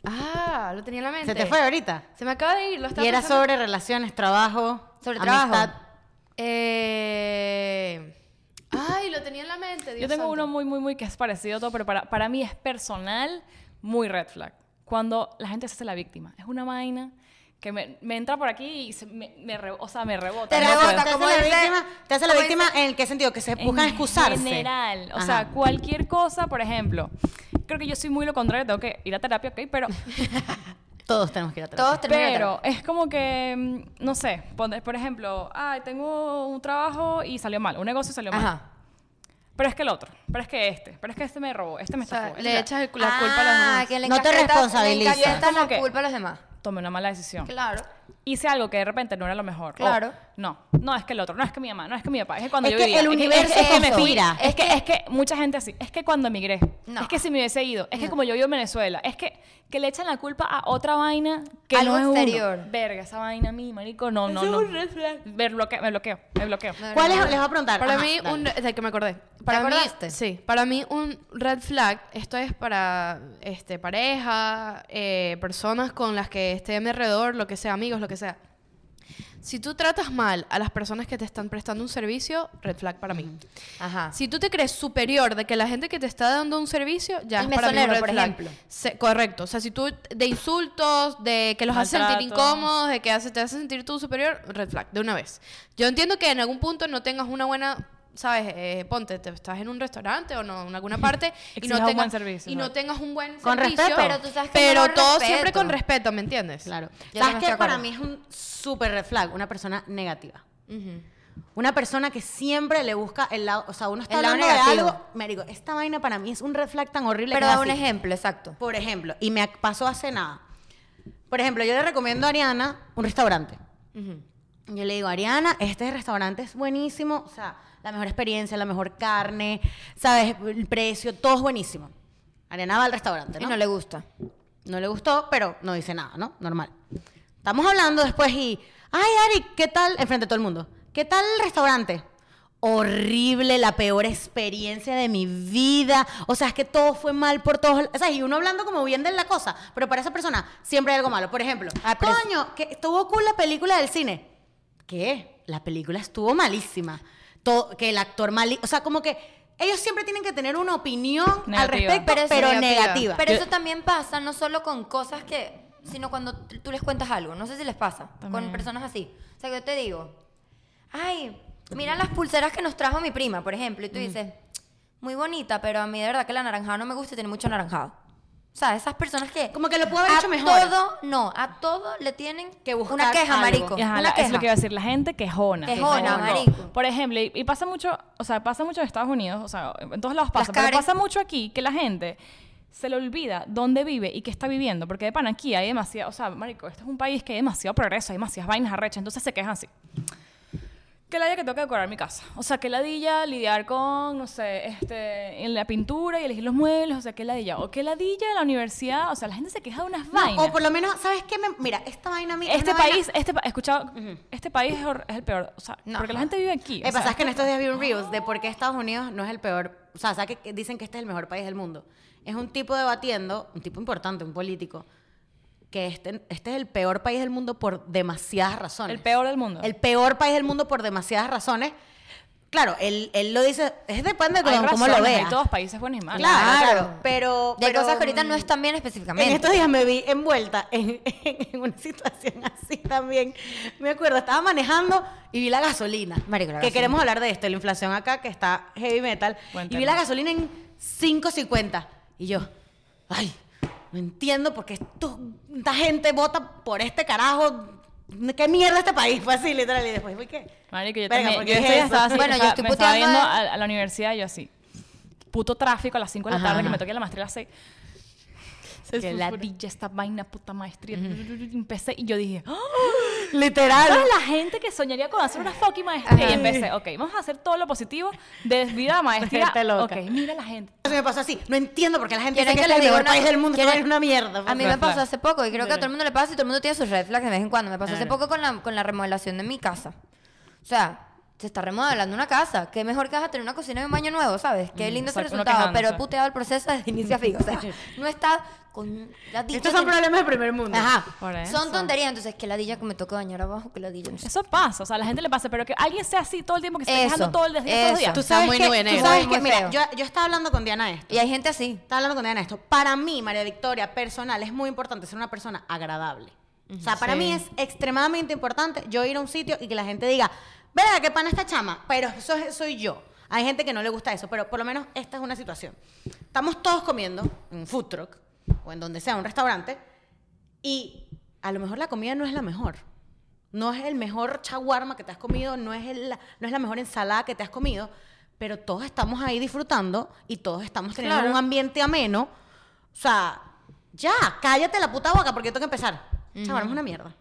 Speaker 1: ah, lo tenía en la mente.
Speaker 2: ¿Se te fue ahorita?
Speaker 1: Se me acaba de ir, lo estaba
Speaker 2: Y era
Speaker 1: pensando-
Speaker 2: sobre relaciones, trabajo,
Speaker 3: Sobre
Speaker 2: amistad.
Speaker 3: trabajo.
Speaker 1: Eh, ay, lo tenía en la mente, Dios
Speaker 4: Yo tengo
Speaker 1: santo.
Speaker 4: uno muy, muy, muy que es parecido a todo, pero para, para mí es personal, muy red flag. Cuando la gente se hace la víctima. Es una vaina que me, me entra por aquí y se- me, me re- o sea, me rebota.
Speaker 3: Te
Speaker 4: no
Speaker 3: rebota,
Speaker 4: puedo.
Speaker 2: ¿Te hace
Speaker 3: como
Speaker 2: la
Speaker 3: dice-
Speaker 2: víctima, te hace la
Speaker 3: como
Speaker 2: víctima en qué sentido? Que se buscan
Speaker 4: en
Speaker 2: excusarse.
Speaker 4: general. O
Speaker 2: Ajá.
Speaker 4: sea, cualquier cosa, por ejemplo. Creo que yo soy muy lo contrario, tengo que ir a terapia, ok,
Speaker 2: [laughs]
Speaker 4: pero,
Speaker 2: todos tenemos que ir a terapia.
Speaker 3: Todos tenemos que
Speaker 4: pero es como que, mm, no sé, pon- por ejemplo, ay, tengo un trabajo y salió mal, un negocio y salió mal.
Speaker 3: Ajá.
Speaker 4: Pero es que el otro, pero es que este, pero es que este me robó, este me
Speaker 1: O sea,
Speaker 4: estafó. este
Speaker 1: le
Speaker 4: me-
Speaker 1: echas el- la culpa a los demás.
Speaker 3: Ah, que le
Speaker 2: No te
Speaker 3: encasquetas-
Speaker 2: responsabilizas.
Speaker 3: Le encasquetas
Speaker 4: Como
Speaker 3: la
Speaker 4: que-
Speaker 3: culpa a los demás.
Speaker 4: Tomé una mala decisión.
Speaker 3: Claro.
Speaker 4: hice algo que de repente no era lo mejor.
Speaker 3: Claro.
Speaker 4: O, no, no es que el otro, no es que mi mamá, no es que mi papá, es que cuando
Speaker 2: Es
Speaker 4: yo
Speaker 2: que
Speaker 4: vivía,
Speaker 2: el
Speaker 4: es
Speaker 2: universo
Speaker 4: es que me fui,
Speaker 2: conspira.
Speaker 4: es que es que mucha gente así, es que cuando emigré,
Speaker 3: No.
Speaker 4: es que si me hubiese ido, es que como yo vivo en Venezuela, es que que le echan la culpa a otra vaina que
Speaker 3: Algo
Speaker 4: no es uno.
Speaker 3: exterior.
Speaker 4: Verga, esa vaina a mí, marico, no, no, no. Me bloqueo, me bloqueo, me bloqueo.
Speaker 3: No, no,
Speaker 2: ¿Cuál es?
Speaker 3: no.
Speaker 2: Les voy a preguntar.
Speaker 1: Para
Speaker 2: Ajá,
Speaker 1: mí,
Speaker 2: dale.
Speaker 1: un, de que me acordé. Para mí,
Speaker 3: acordaste?
Speaker 1: sí. Para mí, un red flag, esto es para este, pareja, eh, personas con las que esté a mi alrededor, lo que sea, amigos, lo que sea. Si tú tratas mal a las personas que te están prestando un servicio, red flag para mí.
Speaker 3: Ajá.
Speaker 1: Si tú te crees superior de que la gente que te está dando un servicio, ya
Speaker 3: El
Speaker 1: es para mí un
Speaker 3: mesonero,
Speaker 1: red
Speaker 3: por
Speaker 1: flag.
Speaker 3: ejemplo.
Speaker 1: Se- correcto. O sea, si tú de insultos, de que los hace sentir
Speaker 4: Maltratos.
Speaker 1: incómodos, de que hace- te hace sentir tú superior, red flag, de una vez. Yo entiendo que en algún punto no tengas una buena, ¿sabes? Eh, ponte, te estás en un restaurante o no, en alguna
Speaker 3: [laughs]
Speaker 1: parte y,
Speaker 4: Exijas
Speaker 1: no
Speaker 4: un
Speaker 1: tengas,
Speaker 4: buen servicio,
Speaker 1: y no
Speaker 4: ¿no?
Speaker 1: tengas un buen
Speaker 2: Con
Speaker 1: servicio.
Speaker 2: respeto.
Speaker 1: Pero,
Speaker 3: Pero tú sabes que no con
Speaker 1: todo
Speaker 3: respeto.
Speaker 1: siempre con respeto, ¿me entiendes?
Speaker 2: Claro.
Speaker 3: Yo
Speaker 2: ¿Sabes
Speaker 3: también estoy
Speaker 2: qué?
Speaker 3: de
Speaker 2: Para
Speaker 3: acuerdo.
Speaker 2: mí es un súper red flag, una persona negativa. Una persona que siempre le busca el lado, o sea, uno está
Speaker 3: El lado
Speaker 2: hablando de
Speaker 3: negativo.
Speaker 2: algo, me digo, esta vaina para mí es un red flag tan horrible.
Speaker 3: Pero e-
Speaker 2: que es
Speaker 3: da un
Speaker 2: así.
Speaker 3: ejemplo, exacto.
Speaker 2: Por ejemplo, y me ac- pasó hace nada. Por ejemplo, yo le recomiendo a Ariana un restaurante. Yo le digo, Ariana, este restaurante es buenísimo, o sea, la mejor experiencia, la mejor carne, ¿sabes? El precio, todo es buenísimo. Ariana va al restaurante,
Speaker 3: Y
Speaker 2: ¿no?
Speaker 3: no le gusta.
Speaker 2: No le gustó, pero no dice nada, ¿no? Normal. Estamos hablando después y, ay, Ari, ¿qué tal? Enfrente de todo el mundo. ¿Qué tal el restaurante? Horrible, la peor experiencia de mi vida. O sea, es que todo fue mal por todos. O sea, y uno hablando como bien de la cosa, pero para esa persona siempre hay algo malo. Por ejemplo,
Speaker 3: Ah, pero es-
Speaker 2: coño, que estuvo cool la película del cine. ¿Qué? La película estuvo malísima. To- que el actor mal, o sea, como que ellos siempre tienen que tener una opinión al
Speaker 4: Negativa.
Speaker 2: respecto,
Speaker 3: Pero
Speaker 2: pero,
Speaker 3: es
Speaker 1: negativa.
Speaker 2: negativa.
Speaker 3: Pero
Speaker 4: Yo-
Speaker 3: eso también pasa no solo con cosas que, sino cuando t- tú les cuentas algo. No sé si les pasa con
Speaker 4: También.
Speaker 3: personas así. O sea, que yo te digo, ay, mira las pulseras que nos trajo mi prima, por ejemplo,
Speaker 4: Mm.
Speaker 3: y tú dices, muy bonita, pero a mí de verdad que la naranjada no me gusta y tiene mucho naranjado. O sea, esas personas que
Speaker 2: Como que lo pudo haber
Speaker 3: a
Speaker 2: hecho mejor.
Speaker 3: todo, no, a todo le tienen
Speaker 2: Que buscar
Speaker 3: una queja,
Speaker 2: algo.
Speaker 3: marico,
Speaker 4: Y ajá,
Speaker 3: una
Speaker 4: la- eso
Speaker 3: queja.
Speaker 4: es lo que iba a decir, la gente quejona.
Speaker 3: Quejona, marico.
Speaker 4: Por ejemplo, y, y pasa mucho, o sea, pasa mucho en Estados Unidos, o sea, en todos lados pasa,
Speaker 3: Las
Speaker 4: pero
Speaker 3: Karen.
Speaker 4: pasa mucho aquí que la gente se le olvida dónde vive y qué está viviendo, porque de pan aquí hay demasiado, o sea, marico, este es un país que hay demasiado progreso, hay demasiadas vainas arrechas, entonces se quejan así. Que la que tengo que decorar mi casa. O sea, que ladilla lidiar con, no sé, este, en la pintura y elegir los muebles. O sea, que ladilla. O que ladilla en la universidad. O sea, la gente se queja de unas
Speaker 2: No,
Speaker 4: vainas.
Speaker 2: o por lo menos, ¿sabes qué? Me- mira, esta vaina a mí-
Speaker 4: Este
Speaker 2: una vaina- [laughs]
Speaker 4: país, este, pa- he escuchado, este país es, hor- es el peor. O sea, porque la gente vive aquí.
Speaker 2: Eh,
Speaker 4: o sea,
Speaker 2: pasa es que en estos días vi un Reels
Speaker 4: Oh.
Speaker 2: de por qué Estados Unidos no es el peor. O sea, ¿sabes que dicen que este es el mejor país del mundo? Es un tipo debatiendo, un tipo importante, un político, que este, este es el peor país del mundo por demasiadas razones.
Speaker 4: el peor del mundo.
Speaker 2: El peor país del mundo por demasiadas razones. Claro, él, él lo dice, es depende de
Speaker 4: Hay
Speaker 2: cómo, cómo lo
Speaker 4: razones, hay
Speaker 2: veas.
Speaker 4: todos países buenos y malos.
Speaker 2: Claro,
Speaker 3: Claro.
Speaker 2: pero...
Speaker 3: De
Speaker 2: pero,
Speaker 3: cosas que ahorita no
Speaker 2: mm,
Speaker 3: están bien específicamente.
Speaker 2: En estos días me vi envuelta en, en una situación [laughs] así también. Me acuerdo, estaba manejando y vi la gasolina.
Speaker 3: Marico, la
Speaker 2: que
Speaker 3: gasolina.
Speaker 2: queremos hablar de esto, la inflación acá que está heavy metal.
Speaker 4: Buen
Speaker 2: y vi
Speaker 4: tema.
Speaker 2: la gasolina en 5.50. Y yo, ay, No entiendo por qué esto- esta gente vota por este carajo. ¿Qué mierda este país? Fue así, literal. Y después, ¿y qué?
Speaker 4: Marico, yo
Speaker 2: Verga,
Speaker 4: también.
Speaker 2: ¿por
Speaker 4: Yo
Speaker 2: qué
Speaker 4: estoy
Speaker 2: es
Speaker 4: estaba
Speaker 2: eso?
Speaker 4: así,
Speaker 3: Bueno,
Speaker 4: o
Speaker 3: yo
Speaker 4: sea,
Speaker 3: estoy
Speaker 4: me estaba
Speaker 3: puteando
Speaker 4: yendo
Speaker 3: a-
Speaker 4: a, a la universidad y yo así. Puto tráfico a las 5 de la
Speaker 2: Ajá,
Speaker 4: tarde que me
Speaker 2: ajá.
Speaker 4: toque la maestría a las 6.
Speaker 1: Se
Speaker 4: que la DJ esta vaina puta maestría. Empecé y yo dije, ¡Ah!
Speaker 2: Literal.
Speaker 4: ¿sabes la gente que soñaría con hacer una fucking maestría? Y
Speaker 3: Ajá.
Speaker 4: empecé, ok, vamos a hacer todo lo positivo
Speaker 2: [laughs]
Speaker 4: de vida a maestría.
Speaker 2: Gente loca.
Speaker 4: Ok, mira la gente.
Speaker 2: Eso me pasó así. No entiendo por qué la gente
Speaker 3: ¿Quieren
Speaker 2: dice que,
Speaker 3: que
Speaker 2: este es el
Speaker 3: les
Speaker 2: mejor
Speaker 3: diga una-
Speaker 2: país del mundo.
Speaker 3: quieren-
Speaker 2: Es una mierda.
Speaker 3: A mí
Speaker 4: Red
Speaker 3: me pasó
Speaker 4: flag.
Speaker 3: hace poco y creo que a
Speaker 4: Mira.
Speaker 3: todo el mundo le pasa y todo el mundo tiene sus red flags de vez en cuando. Me pasó hace
Speaker 2: Claro.
Speaker 3: poco con la, con la remodelación de mi casa. O sea, se está remodelando una casa. Qué mejor que vas a tener una cocina y un baño nuevo, ¿sabes?
Speaker 2: Mm,
Speaker 3: Qué lindo ese
Speaker 4: exacto, uno
Speaker 3: resultado.
Speaker 4: quejándose.
Speaker 3: Pero he puteado el proceso desde inicio a fin. O
Speaker 2: [laughs]
Speaker 3: sea, no está con la dicha
Speaker 2: Estos son
Speaker 3: que-
Speaker 2: problemas del primer mundo.
Speaker 3: Ajá.
Speaker 4: Por eso.
Speaker 3: Son tonterías. Entonces, que la dilla que me toca bañar abajo, que la dilla. no sé.
Speaker 4: Eso pasa, o sea, a la gente le pasa, pero que alguien sea así todo el tiempo, que se esté
Speaker 3: Eso,
Speaker 4: quejando todo el día. todos los
Speaker 3: eso.
Speaker 4: días.
Speaker 2: Tú
Speaker 1: Está
Speaker 2: sabes
Speaker 1: muy
Speaker 2: que,
Speaker 1: nubenero.
Speaker 2: tú sabes
Speaker 3: Muy,
Speaker 2: que
Speaker 3: muy
Speaker 2: mira,
Speaker 3: feo.
Speaker 2: yo, yo estaba hablando con Diana de esto.
Speaker 3: Y hay gente así.
Speaker 2: Estaba hablando con Diana de esto. Para mí, María Victoria, personal, es muy importante ser una persona agradable. O sea, para
Speaker 1: Sí.
Speaker 2: mí es extremadamente importante yo ir a un sitio y que la gente diga, ¿verdad qué pana esta chama? Pero eso es- soy yo. Hay gente que no le gusta eso, pero por lo menos esta es una situación. Estamos todos comiendo en un food truck o en donde sea, un restaurante, y a lo mejor la comida no es la mejor. No es el mejor chaguarma que te has comido, no es, el- no es la mejor ensalada que te has comido, pero todos estamos ahí disfrutando y todos estamos teniendo
Speaker 1: Claro.
Speaker 2: un ambiente ameno. O sea, ya, cállate la puta boca porque yo tengo que empezar. Chaguarma es una mierda.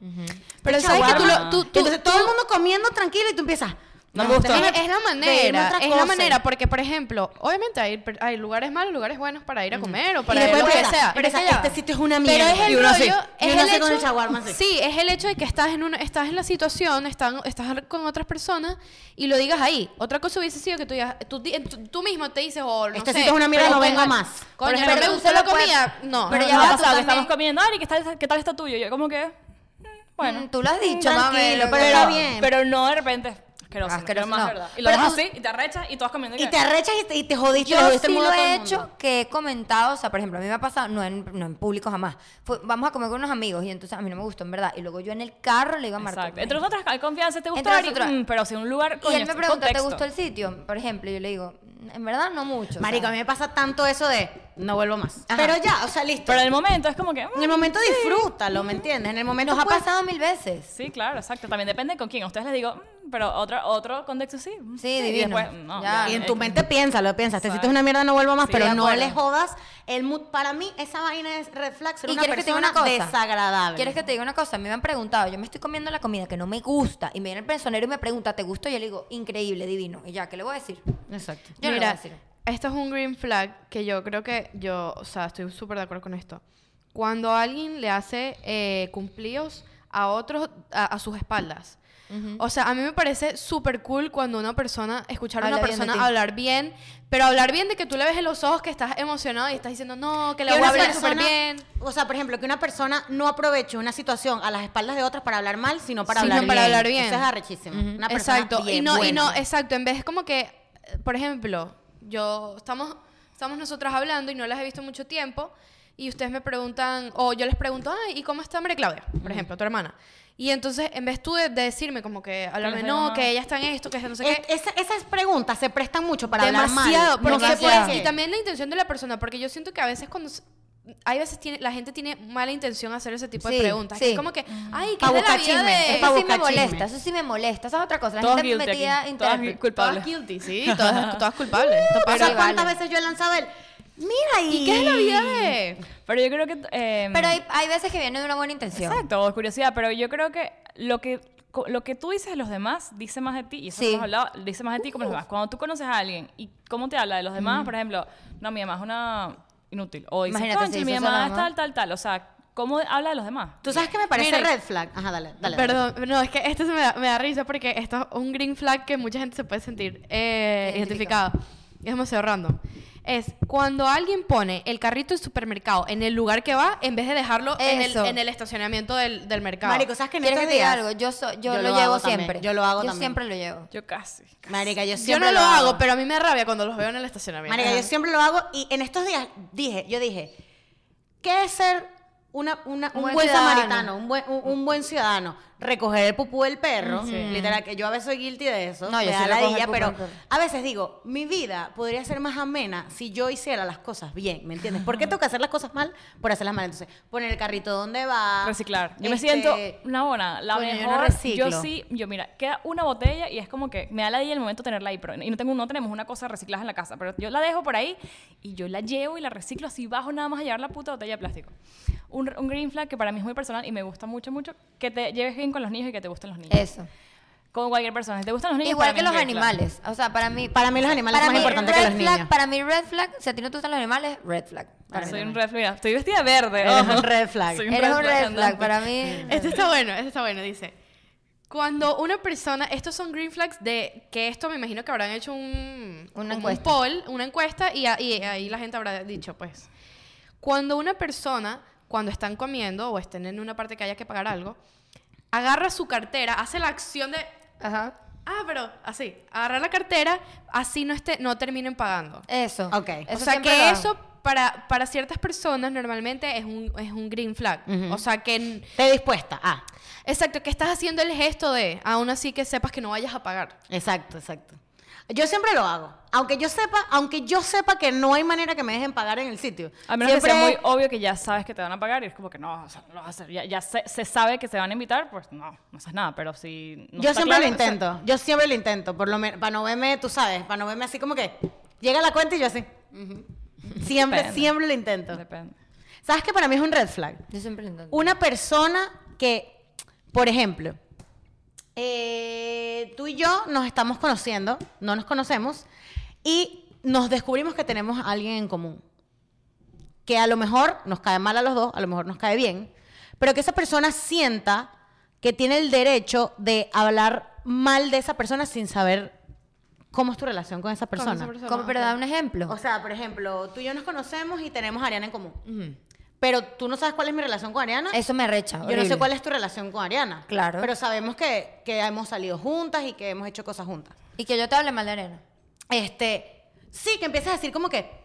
Speaker 1: Pero
Speaker 2: Este
Speaker 1: sabes que tú lo-
Speaker 2: chaguarma-
Speaker 1: tú- tú-
Speaker 2: Entonces todo el mundo comiendo tranquilo y tú empiezas.
Speaker 4: No me gustó.
Speaker 2: déjame
Speaker 1: Es, es la
Speaker 2: pedirme
Speaker 1: manera,
Speaker 2: otra
Speaker 1: es la
Speaker 2: cosa".
Speaker 1: manera, porque por ejemplo, obviamente hay, per- hay lugares malos, lugares buenos para ir a comer o
Speaker 2: Y
Speaker 1: para ir
Speaker 2: después
Speaker 1: lo que
Speaker 2: empiezas,
Speaker 1: sea.
Speaker 2: pero
Speaker 1: Es que
Speaker 2: esa-
Speaker 1: ya
Speaker 2: este
Speaker 1: va.
Speaker 2: sitio es una
Speaker 1: Pero
Speaker 2: mierda.
Speaker 1: es el
Speaker 2: Y uno así,
Speaker 1: rollo,
Speaker 2: y
Speaker 1: es
Speaker 2: uno
Speaker 1: el
Speaker 2: así
Speaker 1: hecho,
Speaker 2: con el shawarma así.
Speaker 1: sí, es el hecho de que estás en una, estás en la situación, están, estás con otras personas y lo digas ahí. Otra cosa hubiese sido que tú digas, tú, di- tú- tú mismo te dices, oh, no
Speaker 2: Este
Speaker 1: sé,
Speaker 2: sitio es una mierda,
Speaker 1: pero
Speaker 2: no
Speaker 1: tengo-
Speaker 2: vengo más.
Speaker 1: Coño,
Speaker 3: Pero
Speaker 1: no
Speaker 3: espera,
Speaker 1: me
Speaker 3: tú
Speaker 1: gustó la
Speaker 3: solo puedes-
Speaker 1: comida, no.
Speaker 3: Pero
Speaker 4: Pero
Speaker 3: ya
Speaker 4: ya
Speaker 3: va,
Speaker 4: ha
Speaker 3: tú
Speaker 4: pasado que
Speaker 3: también-
Speaker 4: estamos comiendo, Ari, ¿qué tal, este, ¿qué tal está tuyo? Yo como que, mm, bueno.
Speaker 3: Mm, Tú lo has dicho,
Speaker 2: Tranquilo,
Speaker 3: mami, lo que
Speaker 2: pero
Speaker 3: yo-
Speaker 2: está bien.
Speaker 4: Pero no de repente. Asqueroso, no
Speaker 3: Asqueroso,
Speaker 4: quiero más,
Speaker 3: no.
Speaker 4: ¿verdad? Y lo
Speaker 2: Pero
Speaker 4: dejas
Speaker 2: tú-
Speaker 4: así, y te arrechas, y todas comiendo.
Speaker 2: Y
Speaker 4: que-
Speaker 2: te arrechas y te, y te jodiste. y le
Speaker 3: Yo
Speaker 2: jodiste el
Speaker 3: sí
Speaker 2: mood a
Speaker 3: lo
Speaker 2: todo
Speaker 3: he
Speaker 2: el mundo.
Speaker 3: hecho, que he comentado, o sea, por ejemplo, a mí me ha pasado, no en, no en público jamás, Fue- vamos a comer con unos amigos y entonces a mí no me gustó, en verdad, y luego yo en el carro le digo a Marta.
Speaker 4: Exacto.
Speaker 3: "Ven".
Speaker 4: Entre nosotras hay confianza, te
Speaker 3: Entre
Speaker 4: gusta Ari,
Speaker 3: nosotras.
Speaker 4: mm, pero si un lugar
Speaker 3: y
Speaker 4: coño,
Speaker 3: él me
Speaker 4: este
Speaker 3: pregunta, ¿te
Speaker 4: contexto".
Speaker 3: gustó el sitio? Por ejemplo, yo le digo, en verdad no mucho. o
Speaker 2: Marico,
Speaker 3: sea.
Speaker 2: a mí me pasa tanto eso de no vuelvo más.
Speaker 3: Ajá.
Speaker 2: Pero ya, o sea, listo.
Speaker 4: Pero en el momento es como que. mm,
Speaker 2: en el momento disfrútalo, ¿me entiendes? En el momento
Speaker 3: Nos ha
Speaker 2: puedes-
Speaker 3: pasado mil veces.
Speaker 4: Sí, claro, exacto. También depende con quién. A ustedes les digo, mm, pero otro, otro contexto sí. mm,
Speaker 3: Sí, divino.
Speaker 4: Y después, mm, no.
Speaker 3: Ya.
Speaker 2: Y en
Speaker 4: eh,
Speaker 2: tu mente piénsalo, piensa, este
Speaker 4: Exacto.
Speaker 2: sitio es una mierda, no vuelvo más,
Speaker 4: Sí,
Speaker 2: pero
Speaker 3: de
Speaker 2: no
Speaker 3: acuerdo.
Speaker 2: le jodas el mood. Para mí, esa vaina es red flag, ser
Speaker 3: ¿Y
Speaker 2: una
Speaker 3: quieres que te diga
Speaker 2: persona
Speaker 3: una cosa?
Speaker 2: desagradable.
Speaker 3: ¿Quieres que te diga una cosa? A mí me han preguntado, yo me estoy comiendo la comida que no me gusta y me viene el personero y me pregunta, ¿te gustó? Y yo le digo, increíble, divino. Y ya, ¿qué le voy a decir?
Speaker 2: Exacto.
Speaker 3: Yo no le voy a
Speaker 1: Mira,
Speaker 3: decir.
Speaker 1: esto es un green flag que yo creo que yo, o sea, estoy súper de acuerdo con esto. Cuando alguien le hace eh, cumplidos a otros, a, a sus espaldas. O sea, a mí me parece súper cool cuando una persona, escuchar a una
Speaker 3: Habla bien de
Speaker 1: persona
Speaker 3: ti.
Speaker 1: hablar bien, pero hablar bien de que tú le ves en los ojos que estás emocionado y estás diciendo, no, que le
Speaker 2: Que
Speaker 1: voy a
Speaker 2: una
Speaker 1: hablar
Speaker 2: persona-
Speaker 1: súper bien.
Speaker 2: O sea, por ejemplo, que una persona no aproveche una situación a las espaldas de otras para hablar mal, sino para,
Speaker 1: Sino
Speaker 2: hablar,
Speaker 1: para
Speaker 2: bien.
Speaker 1: hablar bien.
Speaker 2: Eso es arrechísimo. Una persona
Speaker 1: exacto
Speaker 2: bien
Speaker 1: y no y no
Speaker 2: buena.
Speaker 1: exacto en vez como que eh, por ejemplo yo estamos estamos nosotras hablando y no las he visto mucho tiempo y ustedes me preguntan o yo les pregunto ay y cómo está María Claudia por ejemplo tu hermana y entonces en vez tú de, de decirme como que hablarme
Speaker 4: sé
Speaker 1: no
Speaker 4: nada".
Speaker 1: que ella está en esto que ella no sé
Speaker 2: Es-
Speaker 1: qué
Speaker 2: esa- esas preguntas se prestan mucho para
Speaker 1: demasiado
Speaker 2: hablar mal.
Speaker 1: porque
Speaker 2: No se
Speaker 1: pues,
Speaker 2: puede.
Speaker 1: y también la intención de la persona porque yo siento que a veces cuando s- hay veces tiene, la gente tiene mala intención hacer ese tipo de
Speaker 3: Sí,
Speaker 1: preguntas.
Speaker 3: sí.
Speaker 1: Es como que, ay, que
Speaker 2: Pa'
Speaker 1: es de la
Speaker 2: buscar
Speaker 1: vida
Speaker 2: chisme,
Speaker 1: de...
Speaker 2: es pa'
Speaker 3: Eso sí me
Speaker 2: buscar chisme.
Speaker 3: molesta, eso sí me molesta. Esa es otra cosa. La
Speaker 4: Todos
Speaker 3: gente
Speaker 4: guilty
Speaker 3: metida
Speaker 4: aquí, todas gui-
Speaker 3: interna.
Speaker 4: culpables.
Speaker 1: Todas guilty, sí, todas, todas culpables. Esto
Speaker 2: O sea,
Speaker 1: pasa.
Speaker 3: Pero
Speaker 2: ¿cuántas
Speaker 3: vale.
Speaker 2: veces yo he lanzado el... Mira y...
Speaker 1: ¿Y qué es la vida de...?
Speaker 4: Pero yo creo que. eh,
Speaker 2: Mm.
Speaker 3: Pero hay, hay veces que viene de una buena intención.
Speaker 4: Exacto, o curiosidad, pero yo creo que lo que co- lo que tú dices de los demás dice más de ti, y eso
Speaker 3: Sí.
Speaker 4: hemos hablado, dice más de ti como los demás. Cuando tú conoces a alguien y cómo te habla de los demás, por ejemplo, no, mi mamá es una inútil, o dice,
Speaker 3: Imagínate si
Speaker 4: "Cónchale, mi
Speaker 3: dice eso
Speaker 4: mamá
Speaker 3: la
Speaker 4: es
Speaker 3: mamá.
Speaker 4: tal, tal, tal, o sea, ¿cómo habla de los demás?
Speaker 2: Tú sabes que me parece
Speaker 1: Mira,
Speaker 2: red flag. Ajá, dale, dale.
Speaker 1: Perdón, no, es que esto se me da, me da risa porque esto es un green flag que mucha gente se puede sentir eh,
Speaker 3: Identificado.
Speaker 1: identificado. Es demasiado random. Es cuando alguien pone el carrito del supermercado en el lugar que va en vez de dejarlo en el,
Speaker 3: Eso.
Speaker 1: en el estacionamiento del, del mercado.
Speaker 2: Marico, ¿sabes que en
Speaker 3: ¿Quieres
Speaker 2: estos
Speaker 3: que te diga
Speaker 2: días-
Speaker 3: algo? Yo, so- yo,
Speaker 2: Yo
Speaker 3: lo,
Speaker 2: lo
Speaker 3: llevo
Speaker 2: hago también,
Speaker 3: siempre.
Speaker 2: yo lo hago
Speaker 3: Yo
Speaker 2: también.
Speaker 3: siempre lo llevo.
Speaker 4: Yo casi.
Speaker 2: Marica, yo
Speaker 1: yo
Speaker 2: siempre
Speaker 1: no lo hago, pero a mí me da rabia cuando los veo en el estacionamiento.
Speaker 2: Marica, yo siempre lo hago. Y en estos días dije, yo dije, ¿qué es ser una, una- un,
Speaker 3: buen
Speaker 2: buen
Speaker 3: ciudadano.
Speaker 2: samaritano? Un buen, un, un buen ciudadano. recoger el pupú del perro. Literal, que yo a veces soy guilty de eso.
Speaker 3: No,
Speaker 2: me
Speaker 3: yo
Speaker 2: da
Speaker 3: sí recojo el
Speaker 2: ladilla,
Speaker 3: pupú
Speaker 2: pero
Speaker 3: del perro.
Speaker 2: a veces digo, mi vida podría ser más amena si yo hiciera las cosas bien, ¿me entiendes? ¿Por qué tengo que hacer las cosas mal por hacerlas mal? Entonces, poner el carrito donde va.
Speaker 4: Reciclar. Yo me
Speaker 2: este,
Speaker 4: siento una hora, la
Speaker 2: coño, yo no
Speaker 4: mejor.
Speaker 2: reciclo.
Speaker 4: yo sí, yo mira, queda una botella y es como que me da la idea el momento de tenerla ahí, pero y no tengo no tenemos una cosa reciclada en la casa, pero yo la dejo por ahí y yo la llevo y la reciclo así bajo nada más a llevar la puta botella de plástico. Un, un green flag que para mí es muy personal y me gusta mucho mucho que te lleves bien con los niños y que te gusten los niños.
Speaker 3: Eso.
Speaker 4: Con cualquier persona, si te gustan los niños
Speaker 3: Igual
Speaker 4: para
Speaker 3: que
Speaker 4: mí es
Speaker 3: los
Speaker 4: green flag.
Speaker 3: animales. O sea, para mí.
Speaker 2: Para mí los animales
Speaker 3: para
Speaker 2: son más
Speaker 3: mí
Speaker 2: importantes que
Speaker 3: red
Speaker 2: los
Speaker 3: flag-
Speaker 2: niños.
Speaker 3: Para mí, red flag, si a ti no te gustan los animales, red flag. Para
Speaker 4: Soy
Speaker 3: mí.
Speaker 4: un red flag. Mira, estoy vestida de
Speaker 3: [laughs]
Speaker 4: verde.
Speaker 2: Eres
Speaker 4: ojo.
Speaker 2: un red flag.
Speaker 4: Soy
Speaker 3: Eres un red flag.
Speaker 4: andante.
Speaker 3: Para
Speaker 2: [laughs]
Speaker 3: mí.
Speaker 1: Este está bueno, este está bueno. Dice, cuando una persona, estos son green flags de que esto me imagino que habrán hecho un,
Speaker 3: Una
Speaker 1: como un
Speaker 3: encuesta.
Speaker 1: poll, una encuesta y, a- y ahí la gente habrá dicho, pues, cuando una persona, cuando están comiendo o estén en una parte que haya que pagar algo, agarra su cartera, hace la acción de,
Speaker 3: Ajá.
Speaker 1: ah, pero así, agarrar la cartera, así no esté, no terminen pagando.
Speaker 3: Eso.
Speaker 2: Ok.
Speaker 1: o sea
Speaker 3: siempre
Speaker 1: que
Speaker 3: lo hago.
Speaker 1: eso para, para ciertas personas normalmente es un, es un green flag. O sea que n-
Speaker 2: Esté dispuesta. Ah,
Speaker 1: Exacto, que estás haciendo el gesto de, aún así que sepas que no vayas a pagar.
Speaker 2: exacto, exacto. Yo siempre lo hago. Aunque yo sepa, aunque yo sepa que no hay manera que me dejen pagar en el sitio.
Speaker 4: A menos
Speaker 2: Siempre-
Speaker 4: que sea muy obvio que ya sabes que te van a pagar y es como que no, o sea, no lo vas a hacer. Ya, ya se, se sabe que se van a invitar, pues no, no haces nada. Pero si no
Speaker 2: yo
Speaker 4: está
Speaker 2: siempre
Speaker 4: claro,
Speaker 2: lo
Speaker 4: o sea,
Speaker 2: intento. Yo siempre lo intento. Por lo menos, para no verme, tú sabes, para no verme así como que llega la cuenta y yo así. Siempre,
Speaker 4: Depende.
Speaker 2: siempre lo intento.
Speaker 4: depende.
Speaker 2: ¿Sabes que para mí es un red flag?
Speaker 3: Yo siempre lo intento.
Speaker 2: Una persona que, por ejemplo, eh, tú y yo nos estamos conociendo, no nos conocemos, y nos descubrimos que tenemos a alguien en común. Que a lo mejor nos cae mal a los dos, a lo mejor nos cae bien, pero que esa persona sienta que tiene el derecho de hablar mal de esa persona sin saber cómo es tu relación con esa persona.
Speaker 1: esa persona.
Speaker 3: Como, pero da un ejemplo.
Speaker 2: O sea, por ejemplo, tú y yo nos conocemos y tenemos a Ariana en común. Pero tú no sabes cuál es mi relación con Ariana.
Speaker 3: eso me recha.
Speaker 2: Yo no sé
Speaker 3: horrible.
Speaker 2: cuál es tu relación con Ariana.
Speaker 3: Claro.
Speaker 2: Pero sabemos que, que hemos salido juntas y que hemos hecho cosas juntas.
Speaker 3: Y que yo te hable mal de arena.
Speaker 2: Este, sí, que empiezas a decir como que,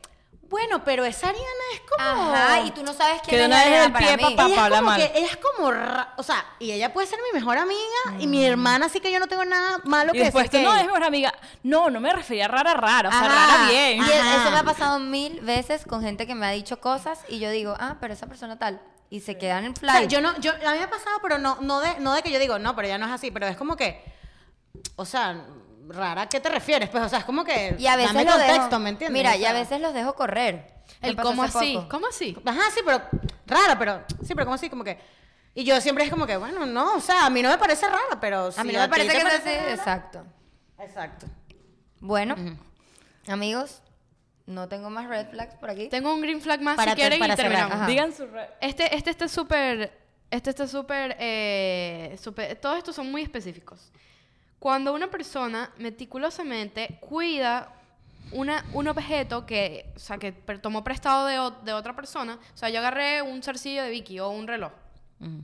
Speaker 2: bueno, pero esa Ariana es como...
Speaker 3: Ajá. Y tú no sabes
Speaker 4: Que
Speaker 3: quién es
Speaker 4: no es
Speaker 3: arena
Speaker 4: el
Speaker 3: para
Speaker 4: pie,
Speaker 3: mí.
Speaker 4: papá.
Speaker 2: Ella es
Speaker 4: habla
Speaker 2: como
Speaker 4: mal.
Speaker 2: que- ella es como, ra- o sea, y ella puede ser mi mejor amiga y
Speaker 3: Mm.
Speaker 2: mi hermana, así que yo no tengo nada malo
Speaker 4: Y
Speaker 2: que
Speaker 4: después
Speaker 2: decir.
Speaker 4: tú,
Speaker 2: que
Speaker 4: no,
Speaker 2: ella".
Speaker 4: es mejor amiga. No, no me refería a rara, rara. O sea,
Speaker 3: Ajá.
Speaker 4: rara bien.
Speaker 3: Y el-
Speaker 2: Ajá.
Speaker 3: eso me ha pasado mil veces con gente que me ha dicho cosas y yo digo, ah, pero esa persona tal. Y se quedan en fly.
Speaker 2: O sea, yo no, yo, a mí me ha pasado, pero no, no, de, no de que yo digo, no, pero ya no es así, pero es como que, o sea, rara, ¿a qué te refieres? Pues, o sea, es como que,
Speaker 3: y a veces
Speaker 2: dame
Speaker 3: los
Speaker 2: contexto,
Speaker 3: dejo-
Speaker 2: ¿me entiendes? O
Speaker 3: Mira, y a
Speaker 2: sea,
Speaker 3: veces los dejo correr. Me
Speaker 1: El
Speaker 3: pasó
Speaker 1: cómo
Speaker 3: hace
Speaker 1: así,
Speaker 3: poco.
Speaker 1: ¿cómo así?
Speaker 2: Ajá, sí, pero rara, pero, sí, pero como así, como que, y yo siempre es como que, bueno, no, o sea, a mí no me parece raro, pero
Speaker 3: A mí
Speaker 2: si
Speaker 3: no me
Speaker 2: ti
Speaker 3: parece
Speaker 2: te
Speaker 3: que sea así.
Speaker 2: raro-
Speaker 3: Exacto.
Speaker 2: Exacto.
Speaker 3: Bueno, amigos, no tengo más red flags por aquí.
Speaker 1: Tengo un green flag más
Speaker 2: Para
Speaker 1: si
Speaker 2: te-
Speaker 1: quieren
Speaker 2: para
Speaker 1: y
Speaker 2: cerrar,
Speaker 1: terminamos.
Speaker 3: ajá.
Speaker 4: Digan su re-
Speaker 1: Este, este está súper, este está súper, eh, súper- todos estos son muy específicos. Cuando una persona meticulosamente cuida una, un objeto que, o sea, que per- tomó prestado de, o- de otra persona, o sea, yo agarré un zarcillo de Vicky o un reloj.
Speaker 4: Mm.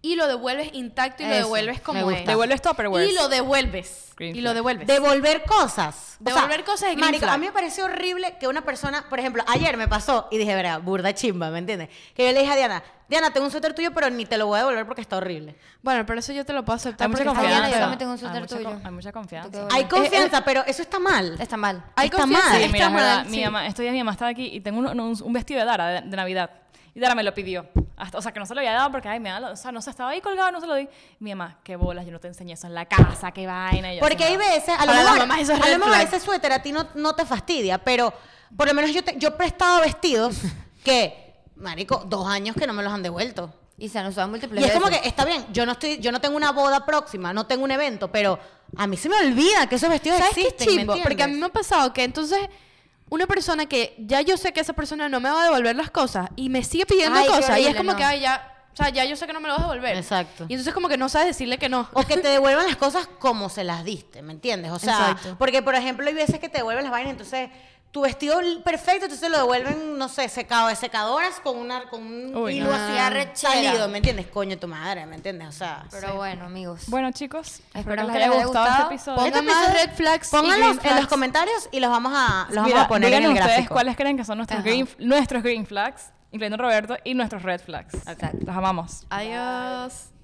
Speaker 1: Y lo devuelves intacto y lo
Speaker 3: Eso,
Speaker 1: devuelves
Speaker 3: me
Speaker 1: como
Speaker 2: gusta.
Speaker 1: es.
Speaker 4: Devuelves Tupperware.
Speaker 1: Y lo devuelves.
Speaker 4: Green
Speaker 1: y lo
Speaker 4: flag.
Speaker 1: devuelves.
Speaker 2: Devolver cosas. O sea,
Speaker 1: Devolver cosas es green
Speaker 2: marico,
Speaker 1: flag.
Speaker 2: a mí me pareció horrible que una persona, por ejemplo, ayer me pasó y dije, verá, burda chimba, ¿me entiendes? Que yo le dije a Diana, Diana, tengo un suéter tuyo, pero ni te lo voy a devolver porque está horrible.
Speaker 1: bueno, pero eso yo te lo puedo aceptar.
Speaker 4: Hay mucha
Speaker 1: porque está
Speaker 3: Ariana,
Speaker 4: confianza.
Speaker 1: bien
Speaker 3: yo
Speaker 1: feo.
Speaker 3: también tengo un
Speaker 4: Hay
Speaker 3: suéter
Speaker 4: mucha
Speaker 3: tuyo.
Speaker 4: con- hay mucha
Speaker 3: ¿Tú qué
Speaker 4: confianza.
Speaker 3: vuelves?
Speaker 2: Hay
Speaker 3: eh,
Speaker 2: confianza, pero eso está mal.
Speaker 3: Está mal.
Speaker 1: Hay
Speaker 2: está
Speaker 1: confianza,
Speaker 2: mal.
Speaker 1: y
Speaker 4: Sí,
Speaker 1: está
Speaker 4: mira, es verdad.
Speaker 1: mal,
Speaker 4: mi
Speaker 1: sí.
Speaker 4: mamá, estos días mi mamá estaba aquí y tengo un, un- un vestido de Dara de, de Navidad. Y Dara me lo pidió. Hasta- o sea, que no se lo había dado porque, ay, me da, lo- o sea, no se estaba ahí colgado, no se lo di. Mi mamá, qué bolas, yo no te enseñé eso en la casa, qué vaina. Y yo,
Speaker 2: Porque
Speaker 4: así,
Speaker 2: hay
Speaker 4: no.
Speaker 2: veces, a lo
Speaker 1: Para las
Speaker 2: mejor,
Speaker 1: mamás eso es
Speaker 2: a lo
Speaker 1: red
Speaker 2: mejor
Speaker 1: flag.
Speaker 2: ese suéter a ti no, no te fastidia, pero por lo menos yo, te- yo he
Speaker 1: [laughs]
Speaker 2: prestado vestidos que, marico, dos años que no me los han devuelto.
Speaker 3: Y se han usado múltiples
Speaker 2: Y es como que
Speaker 3: veces.
Speaker 2: está bien, yo no estoy, yo no tengo una boda próxima, no tengo un evento, pero a mí se me olvida que esos vestidos
Speaker 1: ¿Sabes qué
Speaker 2: existen. ¿me
Speaker 1: chimbo? Porque a mí me ha pasado que entonces una persona que ya yo sé que esa persona no me va a devolver las cosas y me sigue pidiendo
Speaker 3: Ay, qué
Speaker 1: cosas y es
Speaker 3: horrible,
Speaker 1: como
Speaker 3: no.
Speaker 1: que ay ya, o sea, ya yo sé que no me lo vas a devolver.
Speaker 2: Exacto.
Speaker 1: Y entonces como que no sabes decirle que no.
Speaker 2: O que te devuelvan las cosas como se las diste, ¿me entiendes? O sea,
Speaker 1: Exacto.
Speaker 2: porque por ejemplo hay veces que te devuelven las vainas, entonces tu vestido l- perfecto, entonces lo devuelven, no sé, secado de secadoras con una con un
Speaker 4: Uy,
Speaker 2: hilo
Speaker 4: no.
Speaker 2: así
Speaker 3: Qué arrechera.
Speaker 2: salido, ¿me entiendes? Coño, tu madre, ¿me entiendes? O sea,
Speaker 3: Pero bueno, amigos.
Speaker 4: Bueno, chicos, espero
Speaker 3: Esperamos
Speaker 4: que
Speaker 3: que
Speaker 4: les haya
Speaker 3: les haya
Speaker 4: gustado este
Speaker 3: gustado.
Speaker 4: episodio.
Speaker 1: Pongan
Speaker 2: Este
Speaker 1: más
Speaker 2: episodio-
Speaker 1: red flags. y green
Speaker 2: pónganlos en
Speaker 1: flags.
Speaker 2: los comentarios y los vamos a los vamos
Speaker 4: Mira,
Speaker 2: a poner en
Speaker 4: díganos
Speaker 2: el
Speaker 4: ustedes
Speaker 2: gráfico.
Speaker 4: cuáles creen que son nuestros green, nuestros green flags, incluyendo Roberto, y nuestros red flags.
Speaker 3: Exacto.
Speaker 4: Los amamos.
Speaker 1: Adiós.